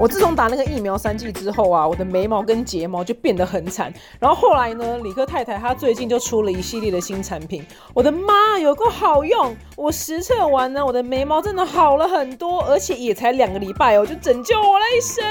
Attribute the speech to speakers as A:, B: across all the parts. A: 我自从打那个疫苗三剂之后啊，我的眉毛跟睫毛就变得很惨。然后后来呢，理科太太她最近就出了一系列的新产品，我的妈，有够好用！我实测完呢，我的眉毛真的好了很多，而且也才两个礼拜哦，就拯救我了一生。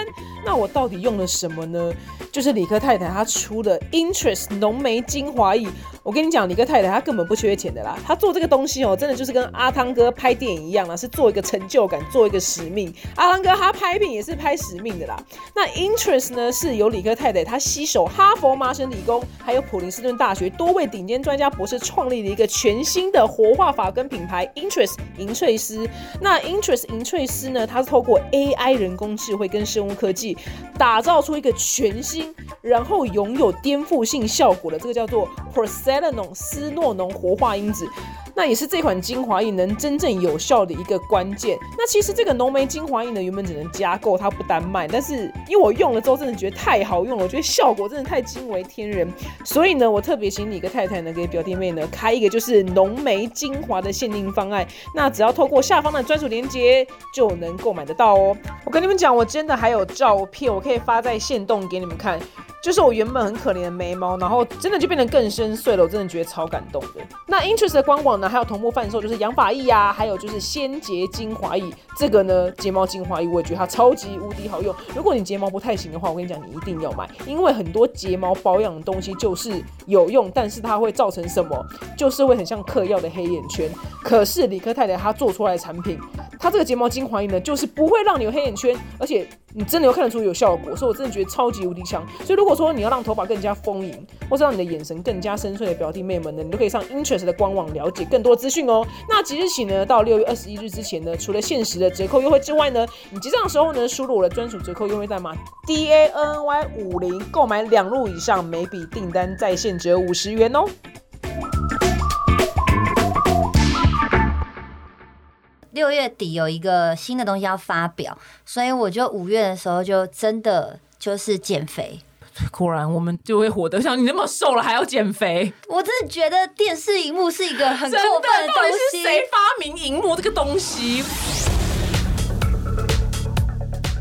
A: 那我到底用了什么呢？就是理科太太她出的 Interest 浓眉精华液。我跟你讲，理科太太她根本不缺钱的啦，她做这个东西哦，真的就是跟阿汤哥拍电影一样啦，是做一个成就感，做一个使命。阿汤哥他拍片也是拍使命的啦。那 Interest 呢，是由理科太太她携手哈佛、麻省理工还有普林斯顿大学多位顶尖专家博士创立了一个全新的活化法跟品牌 Interest 银翠丝。那 Interest 银翠丝呢，它是透过 AI 人工智慧跟生物科技，打造出一个全新，然后拥有颠覆性效果的这个叫做 Porcelanon 斯诺农活化因子。那也是这款精华液能真正有效的一个关键。那其实这个浓眉精华液呢，原本只能加购，它不单卖。但是因为我用了之后，真的觉得太好用了，我觉得效果真的太惊为天人。所以呢，我特别请你个太太呢，给表弟妹呢开一个就是浓眉精华的限定方案。那只要透过下方的专属链接就能购买得到哦。我跟你们讲，我真的还有照片，我可以发在线动给你们看。就是我原本很可怜的眉毛，然后真的就变得更深邃了，我真的觉得超感动的。那 Interest 的官网呢，还有同步贩售，就是养发液啊，还有就是纤洁精华液，这个呢睫毛精华液，我也觉得它超级无敌好用。如果你睫毛不太行的话，我跟你讲，你一定要买，因为很多睫毛保养的东西就是有用，但是它会造成什么？就是会很像嗑药的黑眼圈。可是理科太太她做出来的产品，它这个睫毛精华液呢，就是不会让你有黑眼圈，而且你真的有看得出有效果，所以我真的觉得超级无敌强。所以如果说你要让头发更加丰盈，或是让你的眼神更加深邃的表弟妹们呢，你都可以上 Interest 的官网了解更多资讯哦。那即日起呢，到六月二十一日之前呢，除了限时的折扣优惠之外呢，你结账的时候呢，输入我的专属折扣优惠代码 D A N N Y 五零，购买两路以上，每笔订单再现折五十元哦。
B: 六月底有一个新的东西要发表，所以我就五月的时候就真的就是减肥。
A: 果然，我们就会活得像你那么瘦了还要减肥，
B: 我真的觉得电视荧幕是一个很
A: 真的
B: 过分的
A: 到
B: 东
A: 底是 谁
B: 西。
A: 发明荧幕这个东西？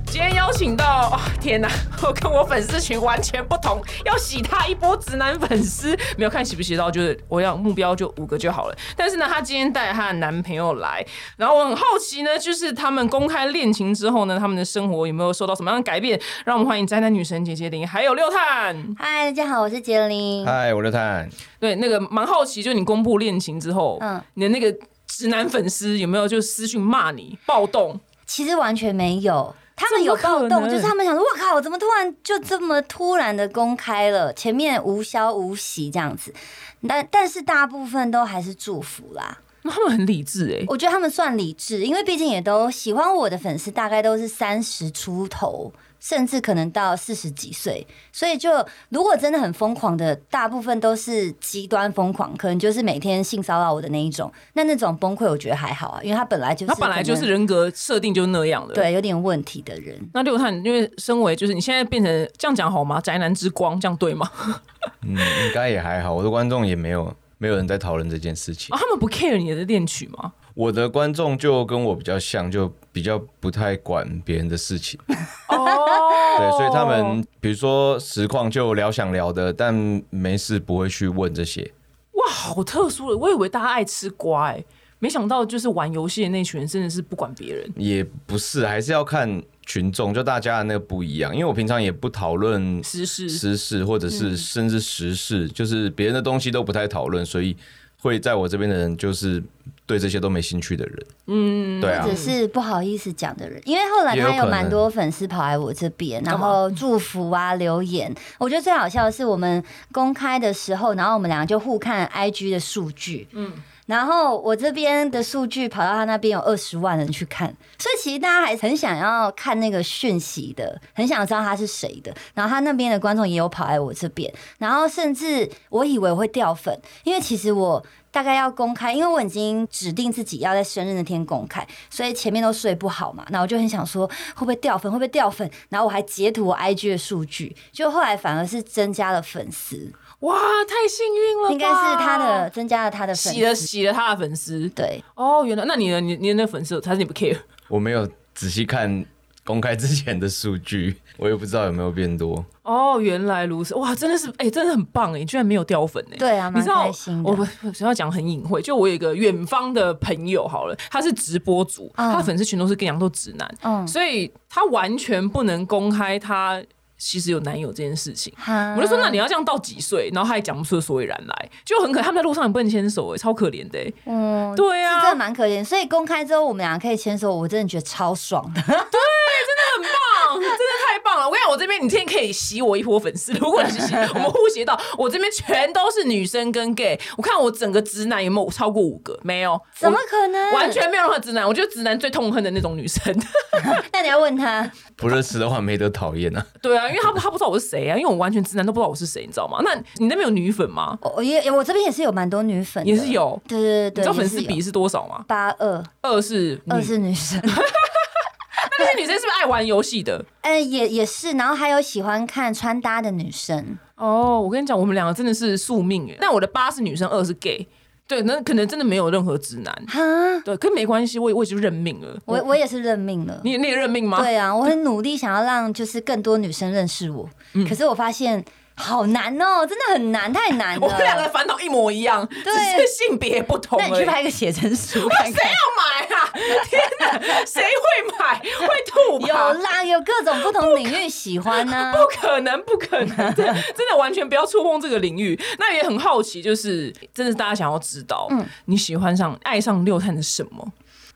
A: 今天邀请到，哦、天哪！我跟我粉丝群完全不同，要洗他一波直男粉丝，没有看洗不洗到，就是我要目标就五个就好了。但是呢，她今天带她的男朋友来，然后我很好奇呢，就是他们公开恋情之后呢，他们的生活有没有受到什么样的改变？让我们欢迎宅男女神杰杰林，还有六探。
B: 嗨，大家好，我是杰林。
A: 啊
C: 嗨，我是探，
A: 对，那个蛮好奇，就你公布恋情之后，
B: 嗯
A: 你的那个直男粉丝有没有就私讯骂你暴动？
B: 其实完全没有。他们
A: 怎么
B: 有
A: 可
B: 暴
A: 能
B: 动，就是他们想说：“哇靠，怎么突然就这么突然的公开了？前面无消无息这样子，但但是大部分都还是祝福啦。
A: 那他们很理智哎、
B: 我觉得他们算理智，因为毕竟也都喜欢我的粉丝，大概都是三十出头，甚至可能到四十几岁。所以就如果真的很疯狂的，大部分都是极端疯狂，可能就是每天性骚扰我的那一种。那那种崩溃，我觉得还好啊，因为他本来就是
A: 他本来就
B: 可
A: 是
B: 能
A: 人格设定就那样的。。
B: 对有点问题的人。
A: 那六探，因为身为就是你现在变成这样讲好吗？宅男之光这样对吗？
C: 嗯，应该也还好，我的观众也没有没有人在讨论这件事情
A: 啊，，他们不 care 你的恋曲 吗？
C: 我的观众就跟我比较像，就比较不太管别人的事情，
A: 哦，
C: 对，所以他们比如说实况就聊想聊的，但没事不会去问这些，
A: 哇，好特殊的，我以为大家爱吃瓜哎、没想到就是玩游戏的那群人真的是不管别人，
C: 也不是，还是要看群众，就大家的那个不一样，因为我平常也不讨论
A: 私事
C: 私事或者是甚至时事，就是别人的东西都不太讨论，所以会在我这边的人就是对这些都没兴趣的人，嗯，对啊，
B: 或者是不好意思讲的人，因为后来
C: 也有
B: 他
C: 可能
B: 有蛮多粉丝跑来我这边，然
A: 嘛
B: 后祝福啊、留言。我觉得最好笑的是，我们公开的时候，然后我们两个就互看 IG 的数据，嗯。然后我这边的数据跑到他那边有二十万人去看，所以其实大家还很想要看那个讯息的，很想知道他是谁的。然后他那边的观众也有跑来我这边，然后甚至我以为会掉粉，因为其实我大概要公开，因为我已经指定自己要在生日那天公开，所以前面都睡不好嘛，那我就很想说会不会掉粉，会不会掉粉，然后我还截图我 IG 的数据，就后来反而是增加了粉丝，
A: 哇，太幸运了吧，
B: 应该是他的增加了他的粉
A: 洗了
B: 丝，
A: 洗了他的粉丝，
B: 对，
A: 哦，原来那你呢？你你的那粉丝，他是你不 care，
C: 我没有仔细看公开之前的数据， 我也不知道有没有变多。
A: 哦，原来如此，哇，真的是，哎、真的很棒哎，你居然没有掉粉哎。
B: 对啊，
A: 你
B: 蛮
A: 知道
B: 开心
A: 我
B: 的。
A: 不我想要讲很隐晦，就我有一个远方的朋友，好了，他是直播主，
B: 嗯
A: 他粉丝群都是跟羊都直男，
B: 嗯，
A: 所以他完全不能公开他其实有男友这件事情。
B: 哈
A: 我就说，那你要这样到几岁？然后他也讲不出所以然来，就很可他们在路上很不能牵手、哎，超可怜的、哎
B: 嗯，
A: 对
B: 是真的
A: 啊，
B: 蛮可怜。所以公开之后，我们俩可以牵手，我真的觉得超爽的。
A: 棒， 真的太棒了！我跟你讲，我这边你今天可以洗我一波粉丝，如果你 洗，我们互写到我这边全都是女生跟 gay，我看我整个直男有没有超过五个？没有，
B: 怎么可
A: 我
B: 能？
A: 完。全没有任何直男，我觉得直男最痛恨的那种女生。
B: 那你要问他，
C: 不认识的话没得讨厌啊。
A: 对啊，因为他他不知道我是谁啊，因为我完全直男都不知道我是谁，你知道吗？那你那边有女粉吗？
B: 我我也我这边也是有蛮多女粉的，
A: 也是有，
B: 对。
A: 你
B: 对对对，
A: 知道
B: 也
A: 粉
B: 是
A: 丝
B: 有
A: 比是嗯多少吗？
B: 八二
A: 二是女
B: 二是 女生，
A: 那那些女生是不是爱玩游戏的？
B: 呃，也也是，然后还有喜欢看穿搭的女生，
A: 哦，我跟你讲，我们两个真的是宿命哎。那我的八是女生，二是 gay，对，那可能真的没有任何直男，
B: 哈，
A: 对，可没关系，我也我已经认命了。
B: 我我也是认命了。
A: 你你也认命吗？
B: 对啊，我很努力想要让就是更多女生认识我，
A: 嗯
B: 可是我发现好难哦、真的很难，太难
A: 我们两个
B: 了。
A: 烦恼一模一样，只是性别不同
B: 那
A: 而已。
B: 你去拍个写真书
A: 要
B: 看看。
A: 买啊！ 天哪，谁会买？会吐吧？
B: 有啦，有各种不同领域喜欢啊 呢、
A: 不可能，不可能，真的真的完全不要触碰这个领域。那也很好奇，就是真的是大家想要知道，
B: 嗯
A: 你喜欢上爱上六探的什么？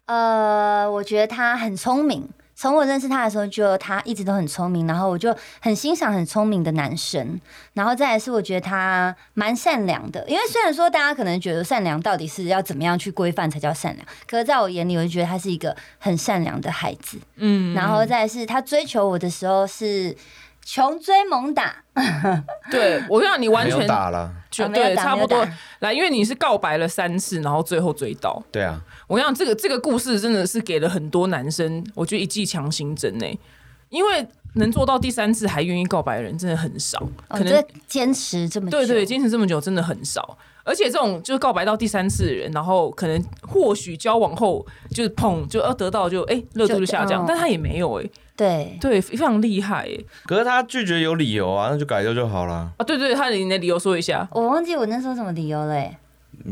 B: 呃，我觉得他很聪明。从我认识他的时候，就他一直都很聪明，然后我就很欣赏很聪明的男生。然后再来是，我觉得他蛮善良的，因为虽然说大家可能觉得善良到底是要怎么样去规范才叫善良，可是在我眼里，我就觉得他是一个很善良的孩子。
A: 嗯，
B: 然后再来是他追求我的时候是穷追猛打，
A: 对我跟你讲，你 完
C: 没有
A: 全
C: 打了，
A: 就
B: 啊没有
A: 对，
B: 打
A: 差
B: 没
A: 不
B: 有
A: 多
B: 打
A: 来，因为你是告白了三次，然后最后追到。
C: 对啊，
A: 我跟你讲，这个这个故事真的是给了很多男生，我觉得一剂强心针呢、因为能做到第三次还愿意告白的人真的很少，
B: 哦
A: 可能、
B: 这坚持这么久，
A: 对对，坚持这么久真的很少。而且这种就是告白到第三次的人，然后可能或许交往后就是碰就要得到就哎热、度就
B: 就
A: 下降，
B: 嗯
A: 但他也没有哎、
B: 对
A: 对，非常厉害哎、
C: 可是他拒绝有理由啊，那就改掉就好啦。
A: 啊，对对，他你的理由说一下，
B: 我忘记我那时候什么理由嘞、欸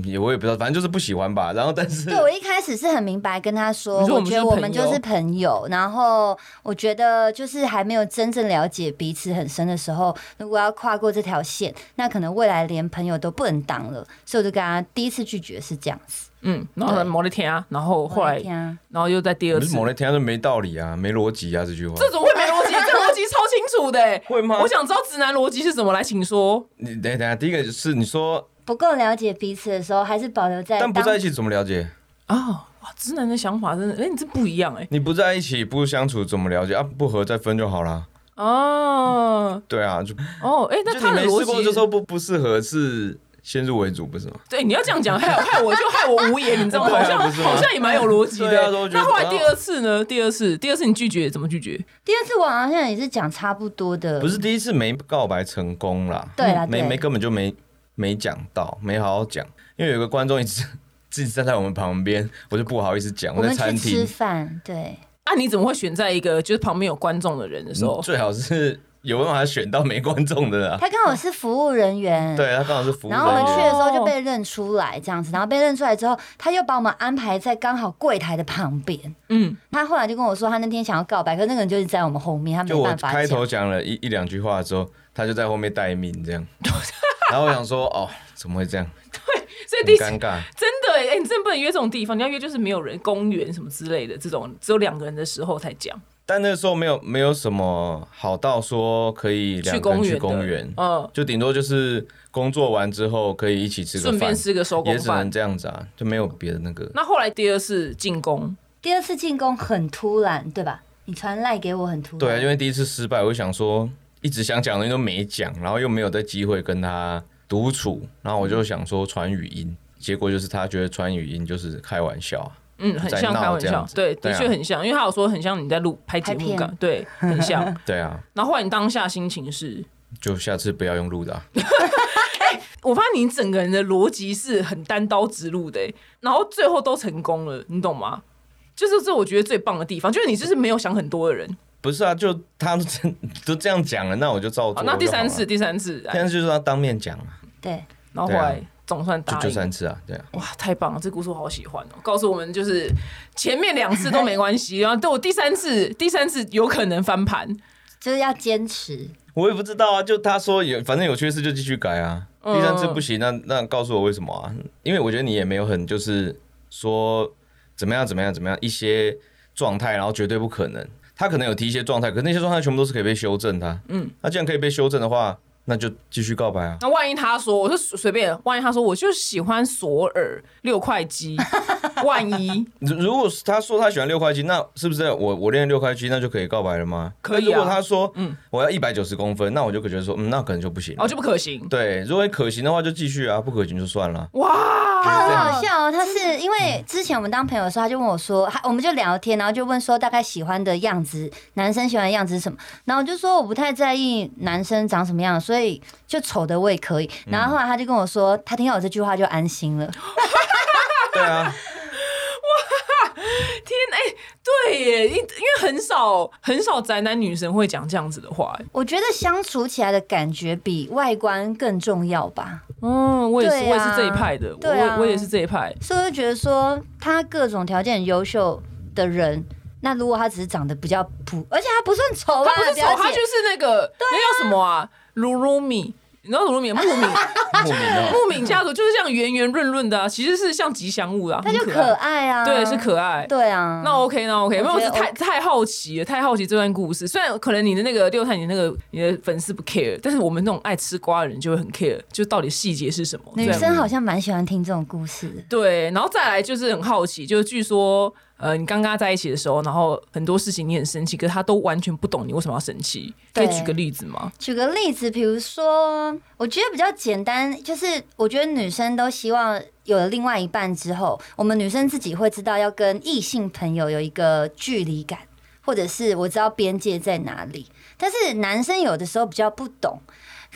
C: 也我也不知道，反正就是不喜欢吧。然后 但是
B: 对，我一开始是很明白跟他说，
A: 你说我
B: 我
A: 们
B: 觉
A: 就
B: 得
A: 是
B: 我
A: 朋
B: 们就
A: 友
B: 是朋友，然后我觉得就是还没有真正了解彼此很深的时候，如果要跨过这条线，那可能未来连朋友都不能当了，所以我就跟他第一次拒绝是这样子。
A: 嗯，然后
B: 对
A: 摩的天啊，然后后
B: 我
A: 来
B: 的天啊
A: 然后又在第二
C: 可
A: 次
C: 是，某天他就没道理啊，没逻辑啊，这句话
A: 这种会没逻辑，这逻辑超清楚的、欸。
C: 会吗
A: 我？想知道直男逻辑是什么，来，请说。
C: 你等一下等一下，第一个是你说，
B: 不够了解彼此的时候，还是保留在
C: 但不
B: 当
C: 在一起怎么了解？
A: 啊、哇，直男的想法真的，哎、你这不一样哎、
C: 你不在一起不相处怎么了解啊？不合再分就好啦。
A: 哦
C: 对啊，就
A: 哦，哎、那
C: 就
A: 他
C: 你
A: 的
C: 没
A: 逻
C: 试过就
A: 辑
C: 说，不不适合是先入为主不是吗？
A: 对，你要这样讲，害我害我就害我无言，你知道吗？
C: 对
A: 好
C: 啊
A: 像
C: 不是吗
A: 好像也蛮有逻辑的、
C: 对啊都觉得
A: 那后来第二次呢？第二次，第二次你拒绝怎么拒绝？
B: 第二次我好像也是讲差不多的，
C: 不是第一次没告白成功啦，
B: 对啦
C: 没
B: 啊对
C: 没根本就没没讲到，没好好讲，因为有个观众一直自己站在我们旁边，我就不好意思讲，
B: 我
C: 在
B: 们
C: 餐
B: 去吃
C: 厅，
B: 饭，对，
A: 啊，你怎么会选在一个就是旁边有观众的人的时候？
C: 嗯最好是有办法选到没观众的啦。
B: 他刚好是服务人员，
C: 对他刚好是服务人
B: 然后我们去
C: 员，
B: 的时候就被认出来，这样子，然后被认出来之后，他又把我们安排在刚好柜台的旁边。
A: 嗯，
B: 他后来就跟我说，他那天想要告白，可是那个人就是在我们后面，他
C: 就
B: 没
C: 我
B: 办法
C: 开
B: 讲
C: 头。讲了一一两句话之后，他就在后面待命 这样，然后我想说哦，怎么会这样，
A: 所以
C: 很
A: 第
C: 尴尬。
A: 真的哎、欸你真的不能约这种地方，你要约就是没有人、公园什么之类的这种，只有两个人的时候才讲。
C: 但那时候没有没有什么好到说可以两个人去
A: 去
C: 公
A: 公园的
C: 园，
A: 嗯，
C: 就顶多就是工作完之后可以一起吃个
A: 顺
C: 饭
A: 便，吃个收
C: 也
A: 工
C: 只
A: 饭
C: 能。这样子啊，就没有别的那个。
A: 那后来第二次进攻，
B: 第二次进攻很突然，对吧？你传赖给我很突然。
C: 对啊，因为第一次失败，我就想说一直想讲的东西都没讲，然后又没有在机会跟他独处，然后我就想说传语音，结果就是他觉得传语音就是开玩笑啊，
A: 嗯，很
C: 在
A: 像
C: 闹
A: 开玩
C: 这
A: 笑
C: 样，子
A: 对，
C: 对
A: 的
C: 啊
A: 确很像，因为他有说很像你在录拍节
B: 拍
A: 目
B: 片
A: 感，对，很像。
C: 对啊，
A: 然后后来你当下心情是，
C: 就下次不要用录的、啊，
A: 我发现你整个人的逻辑是很单刀直入的欸、然后最后都成功了，你懂吗？就是这我觉得最棒的地方，就是你就是没有想很多的人，
C: 不是啊，就他们真都这样讲了，那我就照做。
A: 好，那第三次，
C: 次，
A: 第三次，
C: 第三次就是他当面讲啊，
B: 对，
A: 然后后
C: 对啊
A: 来总算
C: 就
A: 答
C: 就
A: 应。
C: 三次啊，对啊。
A: 哇，太棒了！这故事我好喜欢哦。告诉我们，就是前面两次都没关系，然后对我第三次，第三次有可能翻盘。
B: 就是要坚持。
C: 我也不知道啊，就他说有，反正有缺失就继续改啊。
A: 嗯
C: 第三次不行，那那告诉我为什么啊？因为我觉得你也没有很就是说怎么样怎么样怎么样一些状态，然后绝对不可能。他可能有提一些状态，可是那些状态全部都是可以被修正的、嗯，那既然可以被修正的话，那就继续告白啊。
A: 那万一他说，我就随便，万一他说我就喜欢索尔六块 肌，万一
C: 如如果是他说他喜欢六块肌，那是不是我我练六块肌那就可以告白了吗？
A: 可以啊
C: 那如果他说嗯我要一百九十公分，那我就觉得说嗯那可能就不行了。
A: 哦就不可行。
C: 对，如果可行的话就继续啊，不可行就算 了。
A: 哇，
B: 他很好笑哦，他是因为之前我们当朋友的时候，他就问我说，他我们就聊天，然后就问说大概喜欢的样子，男生喜欢的样子是什么，然后我就说我不太在意男生长什么样，所以就丑的我也可以。然后后来他就跟我说，他听到我这句话就安心了。
C: 对啊，
A: 天哎、对耶，因因为很少很少宅男女生会讲这样子的话耶。
B: 我觉得相处起来的感觉比外观更重要吧，
A: 嗯，我也是，
B: 对啊
A: 我也是这一派的，我
B: 对啊
A: 我我也是这一派。
B: 所以我就觉得说他各种条件很优秀的人。那如果他只是长得比较普，而且他不算丑吧？
A: 他不是
B: 表
A: 丑，
B: 姐
A: 他就是那个那叫什么啊，鲁鲁米。你知道鲁鲁米木 敏
C: 莫名的。
A: 木敏家族就是这样圆圆润润的、啊，其实是像吉祥物啊，
B: 他就
A: 很
B: 可
A: 可爱，
B: 爱啊，
A: 对，是可爱。
B: 对啊，
A: 那 OK，那 OK，因为
B: 我
A: 我
B: 觉
A: 是
B: 得
A: 太太好奇了，太好奇这段故事。虽然可能你的那个六太，你那个你的粉丝不 care，但是我们那种爱吃瓜的人就会很 care，就到底细节是什么。
B: 女
A: 对
B: 生好像蛮喜欢听这种故事的。
A: 对，然后再来就是很好奇，就是据说呃，你刚刚在一起的时候，然后很多事情你很生气，可是他都完全不懂你为什么要生气。可以
B: 对
A: 举个例子吗？
B: 举个例子，比如说，我觉得比较简单，就是我觉得女生都希望有了另外一半之后，我们女生自己会知道要跟异性朋友有一个距离感，或者是我知道边界在哪里。但是男生有的时候比较不懂。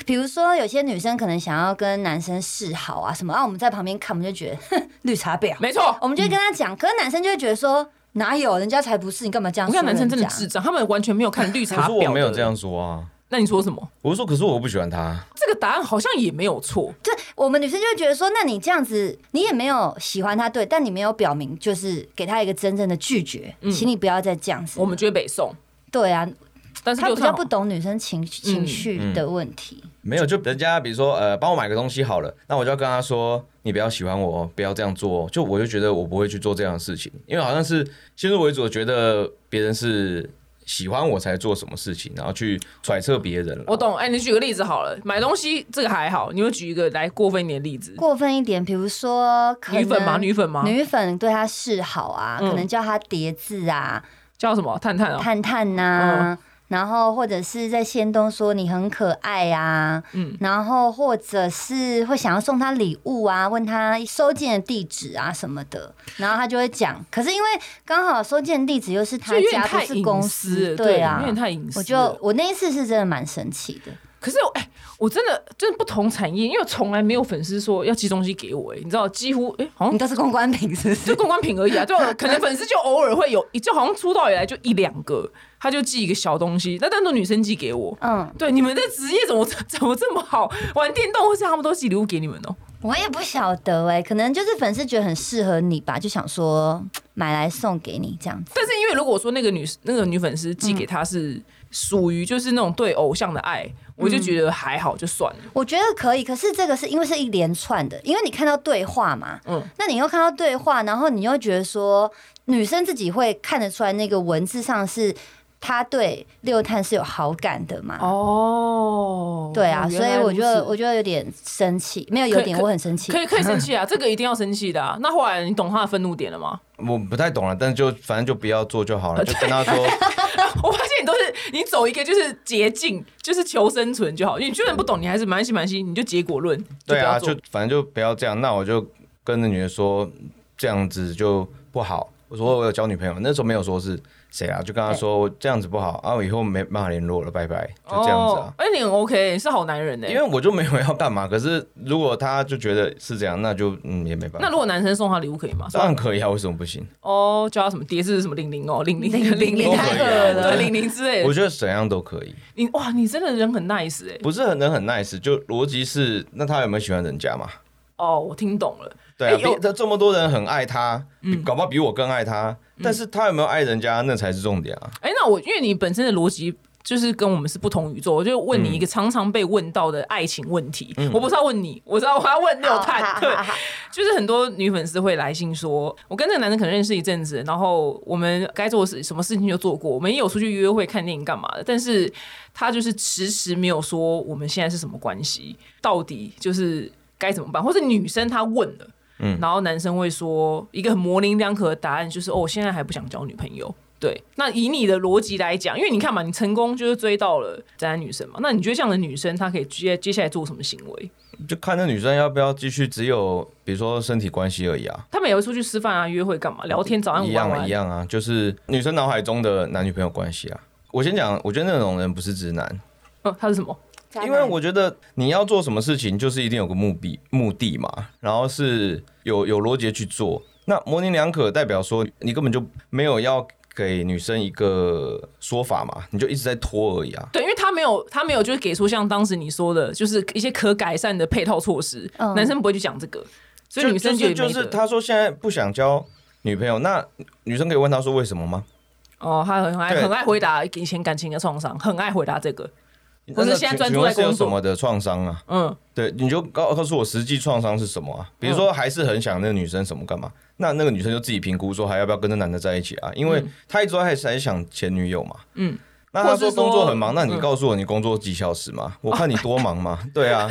B: 比如说，有些女生可能想要跟男生示好啊什么，啊，我们在旁边看，我们就觉得哼绿茶婊，
A: 没错，
B: 我们就会跟他讲。可是男生就会觉得说，哪有人家才不是，你干嘛这样
A: 我
B: 说
A: 看
B: 人家？
A: 男生真的智障，他们完全没有看绿
C: 可
A: 茶
C: 是我
A: 婊。
C: 没有这。样说啊，
A: 那你说什么？
C: 我是说可是我不喜欢他，
A: 这个答案好像也没有错。
B: 就我们女生就会觉得说，那你这样子，你也没有喜欢他，对，但你没有表明，就是给他一个真正的拒绝，请你不要再这样
A: 嗯
B: 子。
A: 我们觉得北宋，
B: 对啊，
A: 但是嗯
B: 他
A: 六
B: 比较
A: 太
B: 不懂女生情情绪的问
A: 嗯
B: 题。
C: 没有就人家比如说呃帮我买个东西好了，那我就要跟他说你不要喜欢我哦，不要这样做哦，就我就觉得我不会去做这样的事情，因为好像是先入为主，觉得别人是喜欢我才做什么事情，然后去揣测别人了。
A: 我懂。哎、你举个例子好了，买东西这个还好，你会举一个来过分一点的例子。
B: 过分一点，比如说可能
A: 女粉吗？女粉吗？嗯
B: 女粉对他示好啊，可能叫他叠字啊、
A: 叫什么？探探啊？
B: 探探呐、
A: 哦
B: 然后或者是在仙东说你很可爱啊，
A: 嗯
B: 然后或者是会想要送他礼物啊，问他收件的地址啊什么的，然后他就会讲。可是因为刚好收件地址又是
A: 就
B: 他
A: 有点
B: 家，不
A: 太
B: 是
A: 隐
B: 公
A: 私
B: 司，
A: 了，对
B: 啊
A: 有。点太隐私了。
B: 我就我那一次是真的蛮生气的，
A: 可是哎、我真的就是不同产业，因为我从来没有粉丝说要寄东西给我、哎，你知道，几乎哎、好
B: 你
A: 像
B: 都是公关品是不？
A: 就是公关品而已啊，就可能粉丝就偶尔会有，就好像出道以来就一两个，他就寄一个小东西，那但都女生寄给我。
B: 嗯，
A: 对，你们的职业怎么怎么这么好？玩电动或是他们都寄礼物给你们哦、
B: 我也不晓得哎、可能就是粉丝觉得很适合你吧，就想说买来送给你这样子。
A: 但是因为如果说那个女那个女粉丝寄给他是属于就是那种对偶像的爱，我就觉得还好，就算了。
B: 我觉得可以，可是这个是因为是一连串的，因为你看到对话嘛，
A: 嗯
B: 嗯，那你又看到对话，然后你又觉得说，女生自己会看得出来那个文字上是她对六探是有好感的嘛。
A: 哦
B: 对啊，所以我觉得我
A: 就
B: 觉得有点生气，没有
A: 可
B: 有
A: 以
B: 点
A: 可以
B: 我很生气
A: 可。以可以生气啊，这个一定要生气的、啊。那后来你懂他的愤怒点了吗？
C: 我不太懂了，啊但是就反正就不要做就好了，就跟他说
A: 我发现你都是你走一个就是捷径，就是求生存就好。因为你居然不懂，你还是蛮心蛮心，你就结果论。
C: 对啊，
A: 就不要
C: 就
A: 做
C: 反正就不要这样，那我就跟那女的说这样子就不好。我说我有交女朋友，那时候没有说是谁啊，就跟他说我这样子不好啊，我以后没办法联络了，拜拜，就这样子啊
A: 哦。哎、你很 OK，你是好男人呢、
C: 因为我就没有要干嘛，可是如果他就觉得是这样，那就嗯也没办法。
A: 那如果男生送他礼物可以吗？
C: 当然可以啊，为什么不行？
A: 哦，叫他什么叠字什么零零哦，零零零零
B: 零
C: 太恶了
A: 对零零之类
C: 我
A: 的。
C: 觉得怎样都可以，
A: 你哇，你真的人很 nice 哎、
C: 不是很人很 nice，就逻辑是那他有没有喜欢人家嘛？
A: 哦，我听懂了。
C: 对啊，
A: 哎有嗯
C: 比这这么多人很爱他，搞不好比我更爱他，但是他有没有爱人家，那才是重点啊。
A: 哎、那我因为你本身的逻辑就是跟我们是不同宇宙，我就问你一个常常被问到的爱情问题。我不是要问你，我知道我要问六探。对，就是很多女粉丝会来信说，我跟这个男生可能认识一阵子，然后我们该做的事什么事情就做过，我们也有出去约会、看电影干嘛的，但是他就是迟迟没有说我们现在是什么关系，到底就是该怎么办，或者女生她问了。然后男生会说一个很模棱两可的答案，就是哦，我现在还不想交女朋友。对，那以你的逻辑来讲，因为你看嘛，你成功就是追到了宅男女生嘛，那你觉得这样的女生她可以接接下来做什么行为？
C: 就看那女生要不要继续只有比如说身体关系而已啊，
A: 他们也会出去吃饭啊、约会干嘛、聊天、早安、
C: 一
A: 午
C: 样
A: 安、晚
C: 啊
A: 安
C: 一。样啊，就是女生脑海中的男女朋友关系啊。我先讲，我觉得那种人不是直男，
A: 嗯，他是什么？
C: 因为我觉得你要做什么事情，就是一定有个目的目的嘛，然后是有有逻辑去做。那模棱两可代表说你根本就没有要给女生一个说法嘛，你就一直在拖而已啊。
A: 对，因为他没有，他没有就是给出像当时你说的，就是一些可改善的配套措施，
B: 嗯
A: 男生不会去讲这个，所以
C: 就
A: 女生
C: 就是
A: 也没
C: 就是
A: 得
C: 他说现在不想交女朋友，那女生可以问他说为什么吗？
A: 哦，他很爱
C: 对
A: 很爱回答以前感情的创伤，很爱回答这个，或
C: 那
A: 是
C: 那
A: 现在
C: 请
A: 专注
C: 请问
A: 在
C: 是有
A: 工作
C: 什么的创伤啊？
A: 嗯，
C: 对，你就告告诉我实际创伤是什么啊？比如说还是很想那个女生什么干嘛？那那个女生就自己评估说还要不要跟这男的在一起啊？因为她一直都还在想前女友嘛。
A: 嗯。
C: 那她
A: 或是
C: 说
A: 说嗯
C: 工作很忙，那你告诉我你工作几小时嘛？我看你多忙 嘛？对啊。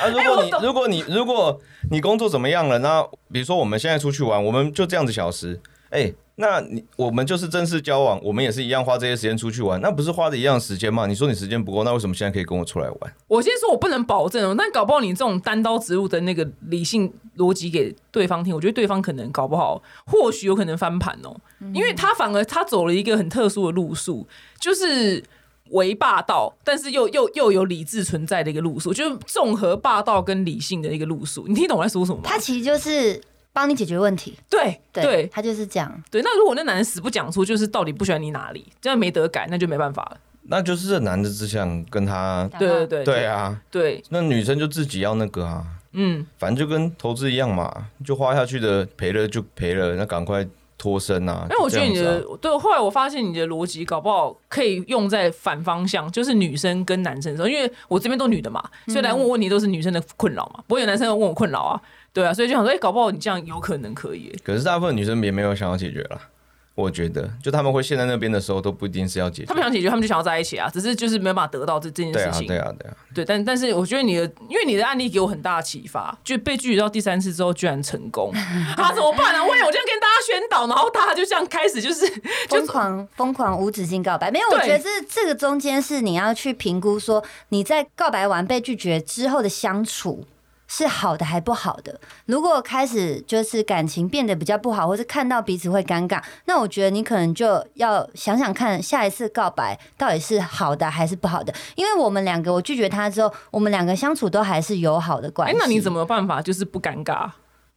C: 啊，如
A: 哎
C: 果你、如果你如果你工作怎么样了？那比如说我们现在出去玩，我们就这样子小时，哎、那你我们就是正式交往，我们也是一样花这些时间出去玩，那不是花的一样的时间吗？你说你时间不够，那为什么现在可以跟我出来玩？
A: 我先说，我不能保证哦，但搞不好你这种单刀直入的那个理性逻辑给对方听，我觉得对方可能搞不好，或许有可能翻盘哦，
B: 嗯
A: 因为他反而他走了一个很特殊的路数，就是为霸道，但是又又又有理智存在的一个路数，就是综合霸道跟理性的一个路数。你听懂我在说什么吗？
B: 他其实就是帮你解决问题，
A: 对
B: 对
A: 对
B: 他就是这样。
A: 对，那如果那男人死不讲出，就是到底不喜欢你哪里，这样没得改，那就没办法了。
C: 那就是这男的只想跟他，
A: 对对对
C: 对啊，
A: 对，
C: 那女生就自己要那个啊，
A: 嗯，
C: 反正就跟投资一样嘛，就花下去的赔了就赔了，那赶快脱身啊。
A: 哎，我觉得你
C: 就这样
A: 的
C: 子啊
A: 对，后来我发现你的逻辑搞不好可以用在反方向，就是女生跟男生的时候，因为我这边都女的嘛，所以来问我问题都是女生的困扰嘛，不会有男生问我困扰啊，对啊，所以就想说，哎、搞不好你这样有可能可以、
C: 可是大部分女生也没有想要解决啦。我觉得，就他们会陷在那边的时候，都不一定是要解
A: 他
C: 决。
A: 们想解决，他们就想要在一起啊，只是就是没有办法得到这这件
C: 对
A: 事
C: 啊，
A: 情，
C: 对啊，对啊，
A: 对，但但是我觉得你的，因为你的案例给我很大的启发，就被拒绝到第三次之后居然成功，啊，怎么办啊？我也我就跟大家宣导，然后大家就这样开始 就是
B: 疯狂疯狂无止境告白，没有，我
A: 对
B: 觉得这这个中间是你要去评估说你在告白完被拒绝之后的相处是好的还不好的。如果开始就是感情变得比较不好，或是看到彼此会尴尬，那我觉得你可能就要想想看下一次告白到底是好的还是不好的。因为我们两个我拒绝他之后，我们两个相处都还是友好的关
A: 哎、
B: 系。
A: 那你怎么有办法就是不尴尬？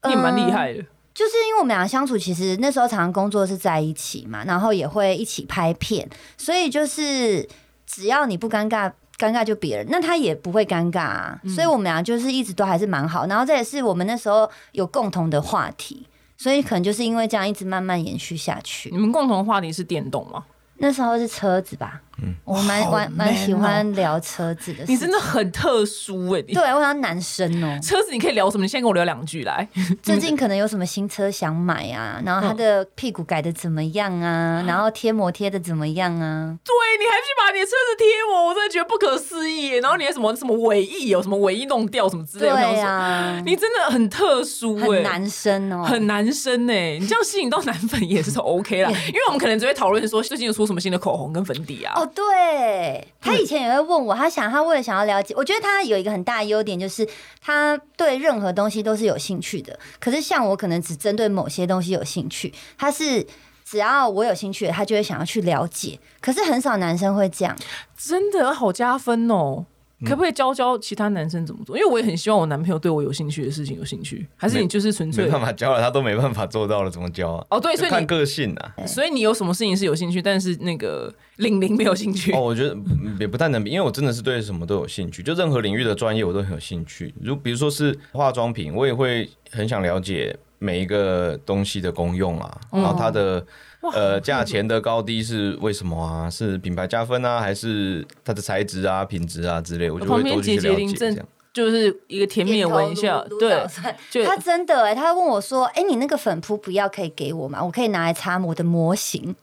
A: 你也蛮厉害的。
B: 就是因为我们俩相处，其实那时候常常工作是在一起嘛，然后也会一起拍片，所以就是只要你不尴尬，尴尬就别人，那他也不会尴尬啊。
A: 嗯
B: 所以我们俩就是一直都还是蛮好，然后这也是我们那时候有共同的话题，所以可能就是因为这样一直慢慢延续下去
A: 你。们共同的话题是电动 吗？
B: 那时候是车子吧，我蛮蛮蛮喜欢聊车子的事
A: 哦你
B: 情。
A: 真的很特殊哎、你
B: 对，我想男生哦、
A: 车子你可以聊什么？你先跟我聊两句来。
B: 最近可能有什么新车想买啊，
A: 嗯
B: 然后他的屁股改的怎么样啊，然后贴膜贴的怎么样啊？
A: 对，你还去把你的车子贴我，我真的觉得不可思议欸。然后你还什么什么尾翼有什么尾翼弄掉什么之类
B: 对
A: 的，我想说
B: 啊，
A: 你真的很特殊哎、
B: 很男生哦、
A: 很男生呢、欸 你这样吸引到男粉也是 OK 啦，因为我们可能只会讨论说最近有出什么新的口红跟粉底啊，
B: 哦，哦，对，他以前也会问我，他想他为了想要了解，我觉得他有一个很大的优点就是他对任何东西都是有兴趣的。可是像我可能只针对某些东西有兴趣，他是只要我有兴趣，他就会想要去了解。可是很少男生会这样，
A: 真的好加分哦。
C: 嗯
A: 可不可以教教其他男生怎么做？因为我也很希望我男朋友对我有兴趣的事情有兴趣，还是你就是纯粹
C: 没办法教了，他都没办法做到了，怎么教啊？
A: 哦对所以
C: 就看
A: 你
C: 个性啊。
A: 所以你有什么事情是有兴趣，但是那个玲玲没有兴趣
C: 哦，，我觉得嗯也不太能比，因为我真的是对什么都有兴趣，就任何领域的专业我都很有兴趣。如比如说是化妆品，我也会很想了解每一个东西的功用啊，
A: 哦
C: 然后它的、呃价钱的高低是为什么啊？是品牌加分啊，还是它的材质啊、品质啊之类？我就
A: 旁
C: 会
A: 边
C: 多去
A: 姐姐
C: 了
A: 林
C: 解这
A: 正
C: 样。
A: 就是一个甜蜜的微笑，
B: 点头如
A: 对
B: 如捣，蒜
A: 就
B: 他真的哎、他问我说：“哎、你那个粉扑不要，可以给我吗？我可以拿来擦我的模
C: 哦
B: 型，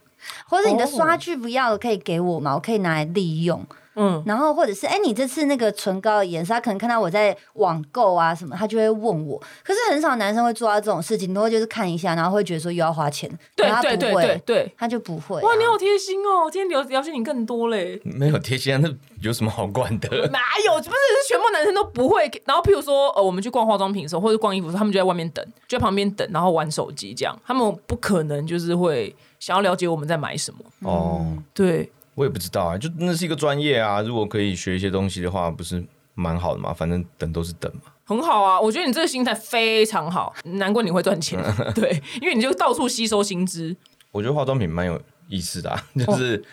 B: 或者你的刷具不要了，可以给我吗？我可以拿来利用。”
A: 嗯，
B: 然后或者是哎、你这次那个唇膏的颜色，他可能看到我在网购啊什么，他就会问我。可是很少男生会做到这种事情，都会就是看一下，然后会觉得说又要花钱，
A: 对
B: 可他不
A: 对
B: 会，啊
A: 对对对。
B: 他就不会、
A: 哇，你好贴心哦！今天聊聊解你更多嘞，
C: 没有贴心啊，那有什么好管的？
A: 哪有？不是，是全部男生都不会。然后，譬如说，呃，我们去逛化妆品的时候，或者逛衣服的时候，他们就在外面等，就在旁边等，然后玩手机这样。他们不可能就是会想要了解我们在买什么。
B: 嗯
C: 哦，
A: 对，
C: 我也不知道啊，就那是一个专业啊，如果可以学一些东西的话，不是蛮好的嘛？反正等都是等嘛。
A: 很好啊，我觉得你这个心态非常好，难怪你会赚 钱。对，因为你就到处吸收新知。
C: 我觉得化妆品蛮有意思的、啊，
A: 哦
C: 就是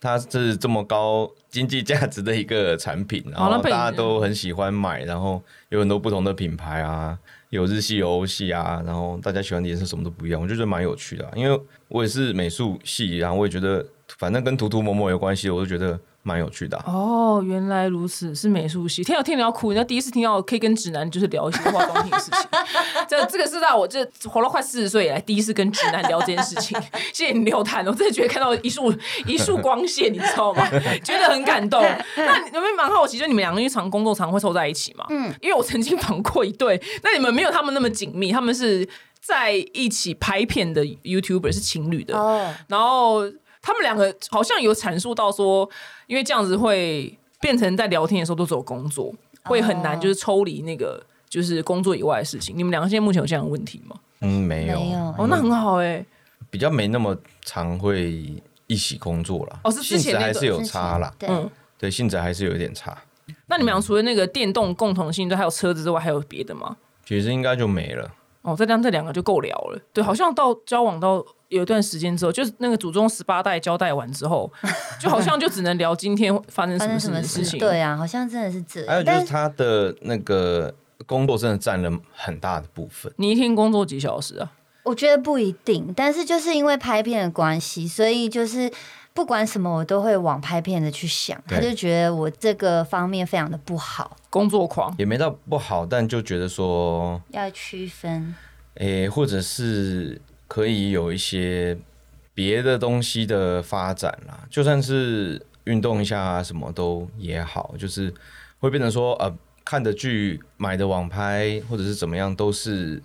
C: 它是这么高经济价值的一个产品，然
A: 好那
C: 后
A: 被
C: 大
A: 你
C: 家都很喜欢买，然后有很多不同的品牌啊，有日系有欧系啊，然后大家喜欢的颜色什么都不一样，我就觉得蛮有趣的啊、因为我也是美术系，然后我也觉得反正跟涂涂抹抹有关系，我就觉得蛮有趣的啊、
A: 哦，原来如此，是美术系。天啊，听你要哭，人家第一次听到可以跟直男就是聊一些化妆品的事情，这这个是让我这活了快四十岁以来第一次跟直男聊这件事情。谢谢你刘谈，我真的觉得看到一束一束光线，你知道吗？觉得很感动。那你们蛮好奇，就你们两个因为常工作常会凑在一起嘛？嗯，因为我曾经访过一对，那你们没有他们那么紧密，他们是在一起拍片的 YouTuber 是情侣的。
B: 哦，
A: 然后他们两个好像有阐述到说，因为这样子会变成在聊天的时候都只有工作，会很难就是抽离那个就是工作以外的事情。你们两个现在目前有这样的问题吗？
C: 嗯，没有，
B: 没有
A: 哦，那很好哎、
C: 比较没那么常会一起工作啦。
A: 哦是之
C: 性
A: 前
C: 质
A: 那个
C: 还是有差啦，
B: 对，
A: 嗯。
C: 对，性质还是有一点差。
A: 那你们俩除了那个电动共同性，就还有车子之外，还有别的吗？
C: 其实应该就没了。
A: 哦，这样这两个就够聊了。对，好像到交往到有一段时间之后，就是那个祖宗十八代交代完之后，就好像就只能聊今天发生
B: 嗯发
A: 什
B: 生
A: 么
B: 什么
A: 事情。
B: 对啊，好像真的是这
C: 还有
B: 样。
C: 就
B: 但
C: 是他的那个工作真的占了很大的部分。
A: 你一天工作几小时啊？
B: 我觉得不一定，但是就是因为拍片的关系，所以就是不管什么，我都会往拍片的去想。
C: 对
B: 他就觉得我这个方面非常的不好，
A: 工作狂。
C: 也没到不好，但就觉得说，
B: 要区分。
C: 诶、或者是可以有一些别的东西的发展啦，就算是运动一下、啊、什么都也好，就是会变成说，呃，看的剧、买的网拍或者是怎么样，都是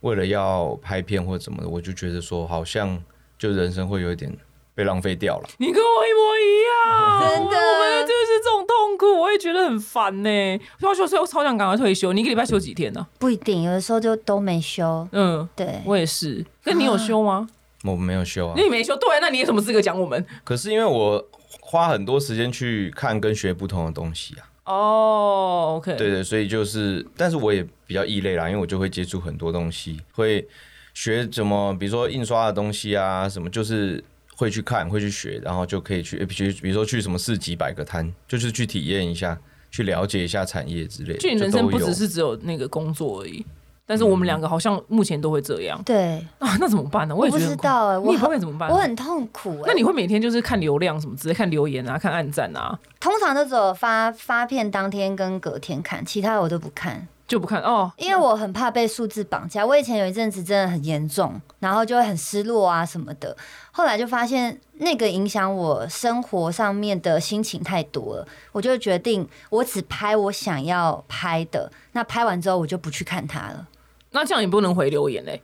C: 为了要拍片或者怎么的，我就觉得说，好像就人生会有一点被浪费掉了。
A: 你跟我一模一样，
B: 真的
A: 我们就是这种痛苦，我也觉得很烦呢、所以我说，所以我超想赶快退休。你一个礼拜休几天呢、
B: 不一定，有的时候就都没休。
A: 嗯，
B: 对，
A: 我也是。可你有休吗？
C: 我没有修啊，
A: 那你没休，对，那你有什么资格讲我们？
C: 可是因为我花很多时间去看跟学不同的东西啊，
A: 哦、o k
C: 对对，所以就是，但是我也比较异类啦，因为我就会接触很多东西，会学怎么，比如说印刷的东西啊，什么就是。会去看，会去学，然后就可以去，呃比如比如说去什么市集摆个摊，就是去体验一下，去了解一下产业之类的。
A: 就你人
C: 都
A: 生不
C: 有
A: 只是只有那个工作而已。但是
B: 嗯
A: 我们两个好像目前都会这样、
B: 对，
A: 啊，那怎么办呢？
B: 我
A: 也
B: 不
A: 觉得很
B: 知
A: 困
B: 道哎、
A: 你
B: 我
A: 也不
B: 很
A: 会怎么办？
B: 我很痛苦哎、
A: 那你会每天就是看流量什么之类，看留言啊，看暗赞啊，
B: 通常都只有发发片当天跟隔天看，其他我都不看，
A: 就不看哦。
B: 因为我很怕被数字绑架。我以前有一阵子真的很严重，然后就会很失落啊什么的。后来就发现那个影响我生活上面的心情太多了，我就决定我只拍我想要拍的，那拍完之后我就不去看它了。
A: 那这样也不能回留言嘞、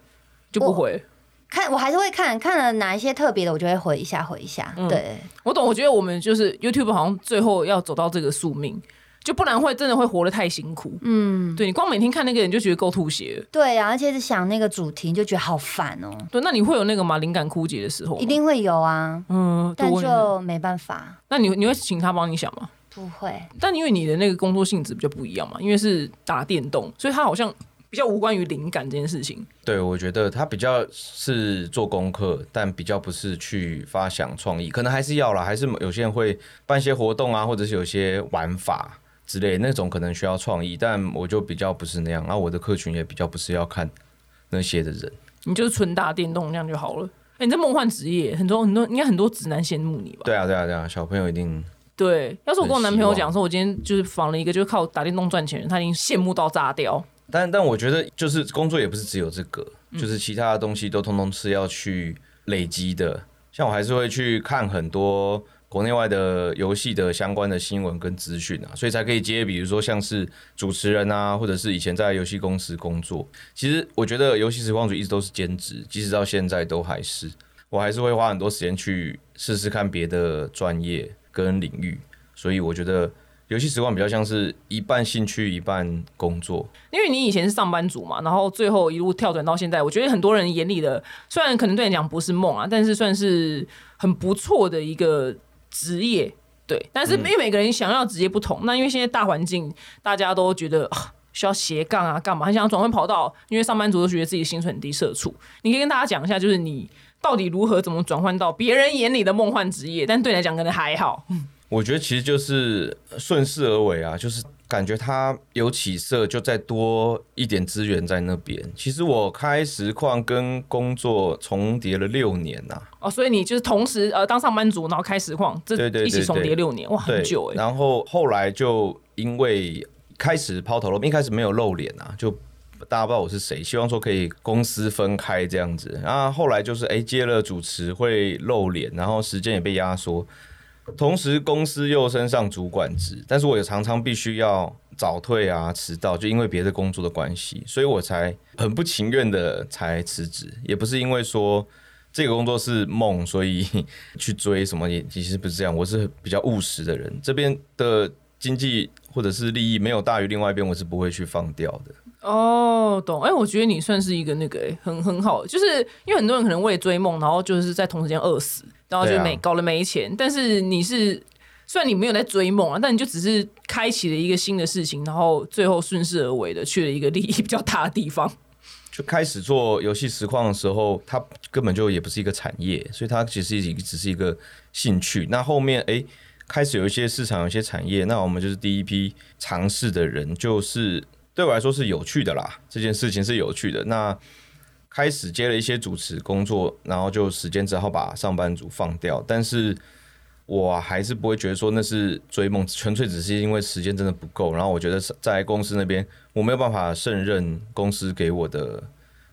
A: 就不
B: 我
A: 回。
B: 看我还是会看看了哪一些特别的，我就会回一下回一下。对，
A: 我懂，我觉得我们就是 YouTube 好像最后要走到这个宿命，就不然会真的会活得太辛苦。
B: 嗯，
A: 对你光每天看那个人就觉得够吐血了。
B: 对啊，而且是想那个主题就觉得好烦哦、
A: 对，那你会有那个吗？灵感枯竭的时候吗？
B: 一定会有啊，
A: 嗯，
B: 但
A: 对我也会
B: 就没办法，
A: 那你你会请他帮你想吗？
B: 不会。
A: 但因为你的那个工作性质比较不一样嘛，因为是打电动，所以他好像比较无关于灵感这件事情。
C: 对，我觉得他比较是做功课，但比较不是去发想创意，可能还是要啦，还是有些人会办一些活动啊，或者是有些玩法之类那种，可能需要创意，但我就比较不是那样。然、后我的客群也比较不是要看那些的人，
A: 你就是纯打电动这样就好了。哎、你这梦幻职业，很多很多应该很多直男羡慕你吧？
C: 对啊，对啊，对啊，小朋友一定
A: 对，要是我跟我男朋友
C: 很希望
A: 讲说，我今天就是访了一个就是靠打电动赚钱的人，他已经羡慕到炸掉。
C: 但但我觉得就是工作也不是只有这个，就是其他的东西都通通是要去累积的。像我还是会去看很多国内外的游戏的相关的新闻跟资讯啊，所以才可以接，比如说像是主持人啊，或者是以前在游戏公司工作。其实我觉得游戏实况组一直都是兼职，即使到现在都还是，我还是会花很多时间去试试看别的专业跟领域。所以我觉得游戏实况比较像是一半兴趣一半工作。
A: 因为你以前是上班族嘛，然后最后一路跳转到现在，我觉得很多人眼里的，虽然可能对你讲不是梦啊，但是算是很不错的一个职业。对，但是因为每个人想要的职业不同，那因为现在大环境，大家都觉得、啊需要斜杠啊，干嘛？很想要转换跑道，因为上班族都觉得自己薪水很低，社畜。你可以跟大家讲一下，就是你到底如何怎么转换到别人眼里的梦幻职业，但对你来讲可能还好。
C: 我觉得其实就是顺势而为啊，就是感觉它有起色，就再多一点资源在那边。其实我开实况跟工作重叠了六年啊呐、
A: 哦，所以你就是同时呃当上班族，然后开实况，这
C: 对对对
A: 一起重叠
C: 对
A: 六年，哇，
C: 对
A: 很久，哎、
C: 然后后来就因为开始抛头露面，一开始没有露脸啊，就大家不知道我是谁，希望说可以公私分开这样子。然后后来就是哎、接了主持会露脸，然后时间也被压缩，同时公司又升上主管职，但是我也常常必须要早退啊、迟到，就因为别的工作的关系，所以我才很不情愿的才辞职，也不是因为说。这个工作是梦，所以去追什么也其实不是这样。我是比较务实的人，这边的经济或者是利益没有大于另外一边，我是不会去放掉的。
A: 哦，懂。哎、我觉得你算是一个那个、哎很很好，就是因为很多人可能为了追梦，然后就是在同时间饿死，然后就
C: 对啊
A: 没、搞了没钱。但是你是虽然你没有在追梦啊，但你就只是开启了一个新的事情，然后最后顺势而为的去了一个利益比较大的地方。
C: 就开始做游戏实况的时候，它根本就也不是一个产业，所以它其实也只是一个兴趣。那后面诶开始有一些市场，有一些产业，那我们就是第一批尝试的人，就是对我来说是有趣的啦，这件事情是有趣的。那开始接了一些主持工作，然后就时间只好把上班族放掉，但是我还是不会觉得说那是追梦，纯粹只是因为时间真的不够。然后我觉得在公司那边我没有办法胜任公司给我的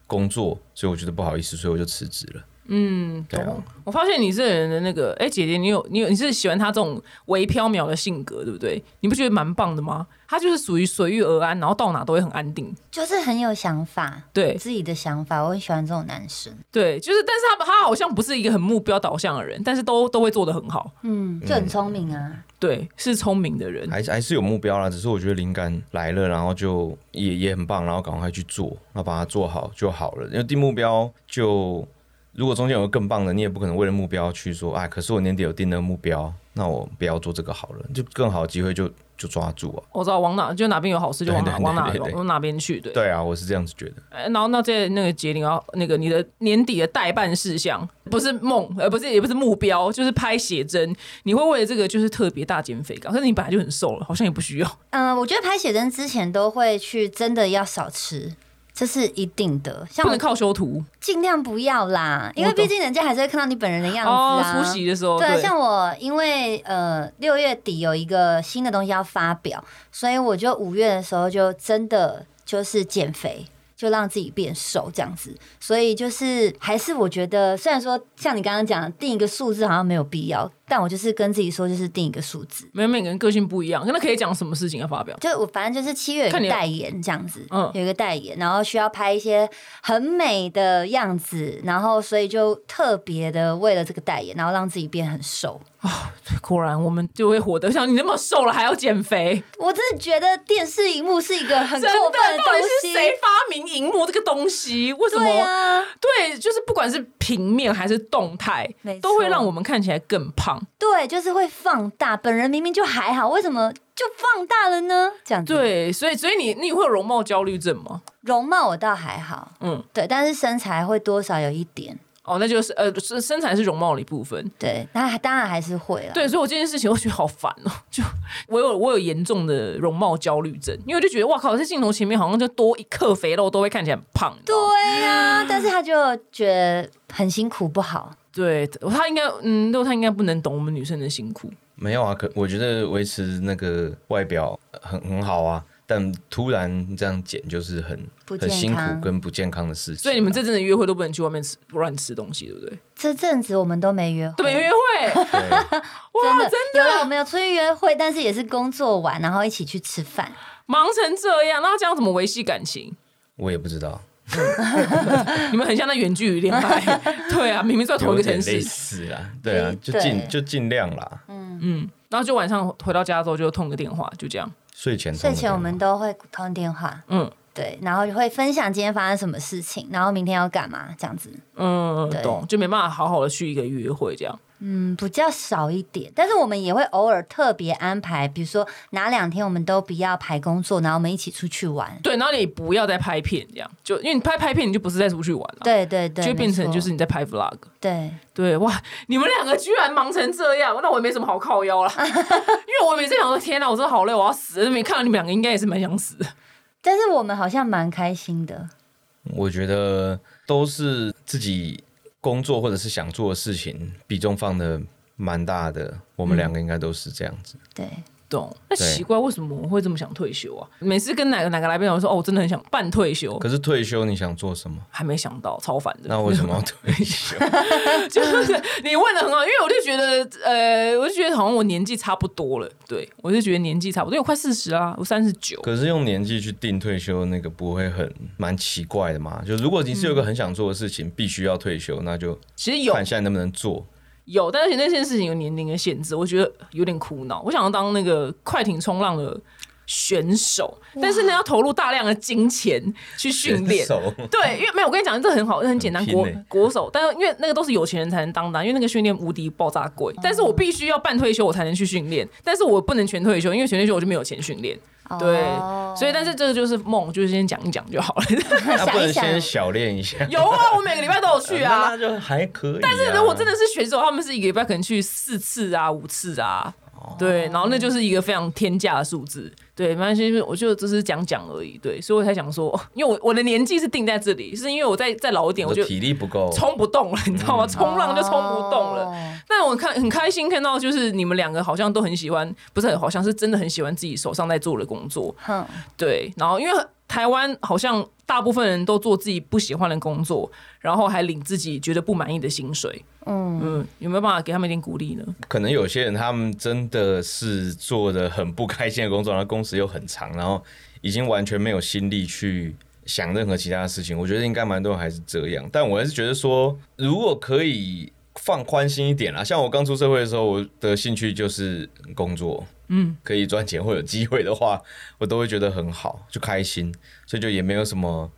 C: 工作，所以我觉得不好意思，所以我就辞职了。嗯，对啊，
A: 我发现你这个人的那个，哎、姐姐，你有你有你是喜欢他这种微飘渺的性格，对不对？你不觉得蛮棒的吗？他就是属于随遇而安，然后到哪都会很安定。
B: 就是很有想法，
A: 对
B: 自己的想法，我很喜欢这种男生。
A: 对，就是，但是他他好像不是一个很目标导向的人，但是都都会做得很好。
B: 嗯，就很聪明啊。
A: 对，是聪明的人。
C: 还是还是有目标啦，只是我觉得灵感来了，然后就也也很棒，然后赶快去做，然后把它做好就好了。因为定目标就，如果中间有个更棒的，你也不可能为了目标去说，哎，可是我年底有定那个目标，那我不要做这个好了，就更好的机会就就抓住啊。
A: 我知道往哪就哪边有好事就往哪
C: 对对对
A: 往哪
C: 对对对
A: 往哪边去，对。
C: 对啊，我是这样子觉得。
A: 哎然后那在那个杰林要那个你的年底的代办事项不是梦，呃不是也不是目标，就是拍写真。你会为了这个就是特别大减肥高，可是你本来就很瘦了，好像也不需要。
B: 嗯、我觉得拍写真之前都会去，真的要少吃，这是一定的。像
A: 不
B: 我
A: 能靠修图
B: 尽量不要啦，因为
A: 我懂
B: 毕竟人家还是会看到你本人的样子
A: 哦，
B: 啊。
A: 出席的时候
B: 对，
A: 对，
B: 像我因为呃六月底有一个新的东西要发表，所以我就五月的时候就真的就是减肥，就让自己变瘦这样子。所以就是还是我觉得，虽然说像你刚刚讲定一个数字好像没有必要，但我就是跟自己说，就是定一个数字。
A: 没有每个人个性不一样，那可以讲什么事情要啊发表？
B: 就我反正就是七月有
A: 看你
B: 个代言这样子，
A: 嗯
B: 有一个代言，然后需要拍一些很美的样子，然后所以就特别的为了这个代言，然后让自己变很瘦。
A: 果然我们就会活得像你那么瘦了还要减肥，
B: 我真的觉得电视荧幕是一个很
A: 真
B: 过
A: 的
B: 分的
A: 到底
B: 东
A: 是
B: 西。
A: 谁发明荧幕这个东西？为什么？
B: 对啊，
A: 对，就是不管是平面还是动态
B: 没，错
A: 都会让我们看起来更胖。
B: 对，就是会放大。本人明明就还好，为什么就放大了呢？这样子。，
A: 对，所以所以你你会有容貌焦虑症吗？
B: 容貌我倒还好，
A: 嗯，
B: 对，但是身材会多少有一点。
A: 哦，那就是呃，身身材是容貌的一部分。
B: 对，那当然还是会了。
A: 对，所以我这件事情我觉得好烦哦、 就我有我有严重的容貌焦虑症，因为我就觉得哇靠，在镜头前面好像就多一克肥肉都会看起来很胖。你知道吗
B: 对啊呀、但是他就觉得很辛苦，不好。
A: 对，他应该嗯，那他应该不能懂我们女生的辛苦。
C: 没有啊，可我觉得维持那个外表呃很很好啊，但突然这样减就是很
B: 不健
C: 很
B: 康
C: 辛苦跟不健康的事情啊、
A: 所以你们这阵的约会都不能去外面吃乱吃东西，对不对？
B: 这阵子我们都没约会，
A: 对吧，约会
C: 对
B: 哦真
A: 哇，
B: 的
A: 真
B: 有啦我们有出去约会，但是也是工作完，然后一起去吃饭。
A: 忙成这样，那这样怎么维系感情？
C: 我也不知道，
A: 你们很像那远距离恋爱， 对啊，明明在同一
C: 有
A: 个
C: 点
A: 城
C: 类
A: 市，
C: 似啊，对啊
B: 对，
C: 就尽
B: 对
C: 就尽量啦。
A: 嗯，然后就晚上回到家之后就通个电话，就这样，
C: 睡前通
B: 睡
C: 个
B: 前我们
C: 电
B: 都会通电话，
A: 嗯
B: 对，然后会分享今天发生什么事情，然后明天要干嘛这样子。
A: 嗯，
B: 对
A: 懂，就没办法好好的去一个约会这样。
B: 嗯，比较少一点，但是我们也会偶尔特别安排，比如说哪两天我们都不要排工作，然后我们一起出去玩。
A: 对，然后你不要再拍片这样，就因为你拍拍片，你就不是在出去玩了、
B: 对对对，
A: 就变成
B: 没错
A: 就是你在拍 vlog。
B: 对，
A: 对哇，你们两个居然忙成这样，那我也没什么好靠腰 啦。因为我每次想说，天哪，我真的好累，我要死了。没看到你们两个，应该也是蛮想死的。
B: 但是我们好像蛮开心的，
C: 话，我觉得都是自己工作或者是想做的事情比重放的蛮大的，我们两个应该都是这样子。
B: 对，
A: 懂？那
C: 对
A: 奇怪，为什么我会这么想退休啊？每次跟哪个哪个来宾我说，哦，我真的很想半退休，
C: 可是退休你想做什么？
A: 还没想到，超烦的。
C: 那为什么要退休？
A: 就是你问的很好，因为我就觉得，呃，我就觉得好像我年纪差不多了，对我就觉得年纪差不多，因为我快四十啦，我三十九。
C: 可是用年纪去定退休，那个不会很蛮奇怪的嘛？就如果你是有一个很想做的事情，必须要退休，那就
A: 其实有
C: 看现在能不能做。
A: 有，但是那件事情有年龄的限制，我觉得有点苦恼。我想要当那个快艇冲浪的选手，但是呢，要投入大量的金钱去训练。
C: 手
A: 对，因为没有，我跟你讲，这很好，这很简单，
C: 很拼
A: 国
C: 欸
A: 国手，但是因为那个都是有钱人才能当的啊、因为那个训练无敌爆炸贵。啊
C: 哦
A: 但是我必须要半退休，我才能去训练，但是我不能全退休，因为全退休我就没有钱训练。对，
B: 哦
A: 所以但是这个就是梦，就是先讲一讲就好 了。
C: 那不能
B: 想一
C: 先
B: 想
C: 小练一下？
A: 有啊，我每个礼拜都有去啊
C: 那。就还可以、啊。
A: 但是如果真的是选手，他们是一个礼拜可能去四次啊、五次啊，
C: 哦
A: 对，然后那就是一个非常天价的数字。对，没关系，我就只是讲讲而已。对，所以我才想说，因为我我的年纪是定在这里，是因为我再再老一点，我
C: 我
A: 就
C: 的体力不够，
A: 冲不动了，你知道吗？冲浪就冲不动了。
B: 哦
A: 但我看很开心看到，就是你们两个好像都很喜欢，不是很好像是真的很喜欢自己手上在做的工作，
B: 哼，
A: 对，然后因为台湾好像大部分人都做自己不喜欢的工作，然后还领自己觉得不满意的薪水。
B: 嗯，
A: 嗯，有没有办法给他们一点鼓励呢？
C: 可能有些人他们真的是做的很不开心的工作，然后工时又很长，然后已经完全没有心力去想任何其他的事情。我觉得应该蛮多人还是这样，但我还是觉得说，如果可以放宽心一点啦，像我刚出社会的时候，我的兴趣就是工作，嗯，可以赚钱或有机会的话，我都会觉得很好，就开心，所以就也没有什么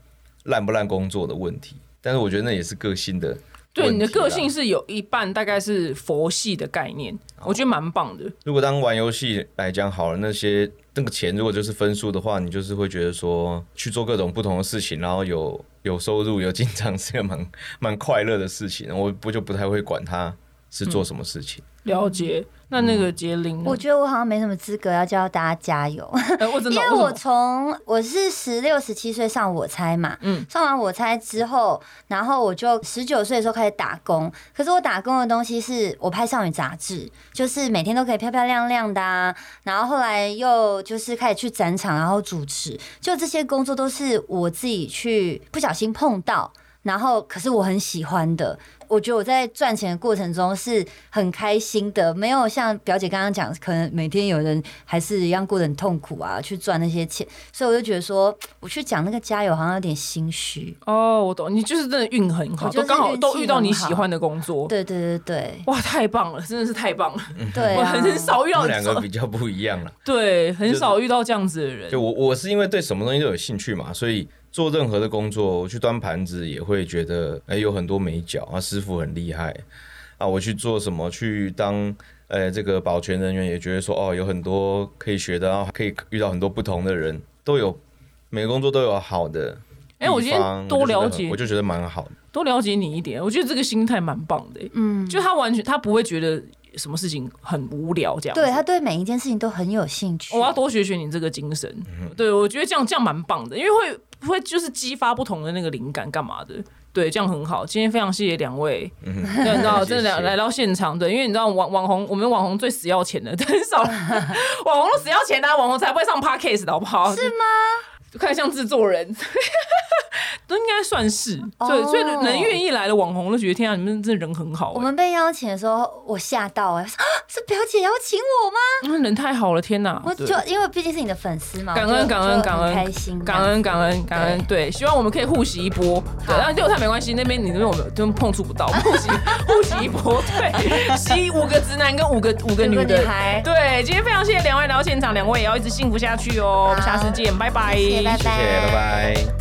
C: 烂不烂工作的问题。但是我觉得那也是个性的问题啦。
A: 对，你的个性是有一半大概是佛系的概念，我觉得蛮棒的。
C: 如果当玩游戏来讲好了，那些那个钱如果就是分数的话，你就是会觉得说去做各种不同的事情，然后有有收入有进账是个蛮 蛮快乐的事情。我不就不太会管他是做什么事情。
A: 了解。那那个杰林呢，
B: 嗯我觉得我好像没什么资格要叫大家加油，
A: 哎我真
B: 因
A: 的，
B: 为
A: 为什
B: 我
A: 么
B: 从我是十六、十七岁上我猜嘛，
A: 嗯
B: 嗯，上完我猜之后，然后我就十九岁的时候开始打工。可是我打工的东西是我拍少女杂志，就是每天都可以漂漂亮亮的啊。然后后来又就是开始去展场，然后主持，就这些工作都是我自己去不小心碰到。然后可是我很喜欢的，我觉得我在赚钱的过程中是很开心的，没有像表姐刚刚讲，可能每天有人还是一样过得很痛苦啊，去赚那些钱，所以我就觉得说，我去讲那个加油好像有点心虚。
A: 哦，我懂，你就是真的运很好，
B: 我就
A: 都
B: 是
A: 刚好
B: 运气
A: 都遇到你
B: 很好
A: 喜欢的工作。
B: 对对对
A: 哇，太棒了，真的是太棒了！
B: 对，对、
A: 我
B: 啊，
A: 很少遇
C: 他
A: 到
C: 们两个比较不一样了。
A: 对，很少遇到这样子的人。
C: 就我我是因为对什么东西都有兴趣嘛，所以做任何的工作，我去端盘子也会觉得哎、有很多美角啊，师傅很厉害啊，我去做什么去当。呃，这个保全人员也觉得说，哦，有很多可以学的，然后可以遇到很多不同的人，都有每个工作都有好的地
A: 哎
C: 方。
A: 我今天多了解
C: 我就觉得蛮好的。
A: 多了解你一点，我觉得这个心态蛮棒的、嗯，就他完全他不会觉得什么事情很无聊这样子。
B: 对他对每一件事情都很有兴趣。
A: 我要多学学你这个精神。
C: 嗯
A: 对，我觉得这样这样蛮棒的，因为会会就是激发不同的那个灵感，干嘛的？对，这样很好。今天非常谢谢两位， 对，你知道，
C: 嗯 谢谢
A: 真的来来到现场，对，因为你知道网网红，我们网红最死要钱的， 很少网红都死要钱的、啊，网红才不会上 podcast 的好不好？是吗？就看像制作人， 都应该算是对，
B: 哦
A: 所以能愿意来的网红都觉得天啊，你们真的人很好、
B: 我
A: 欸，
B: 们被邀请的时候，我吓到哎、我说啊是表姐邀请我吗？
A: 你们嗯人太好了，天哪！
B: 我
A: 对
B: 就因为毕竟是你的粉丝嘛，
A: 感
B: 我
A: 恩
B: 就
A: 感恩
B: 就
A: 感
B: 很
A: 恩，
B: 开心，
A: 感恩感恩感恩，对，希望我们可以互洗一波。对，然后六太没关系，那边你那边我们就碰触不到，互洗互洗一波，对，洗五个直男跟五个五个女
B: 五个
A: 的
B: 女孩。
A: 对，今天非常谢谢两位来到现场，两位也要一直幸福下去哦，我们下次见，拜拜，
B: 谢谢拜拜
C: 谢谢，拜拜。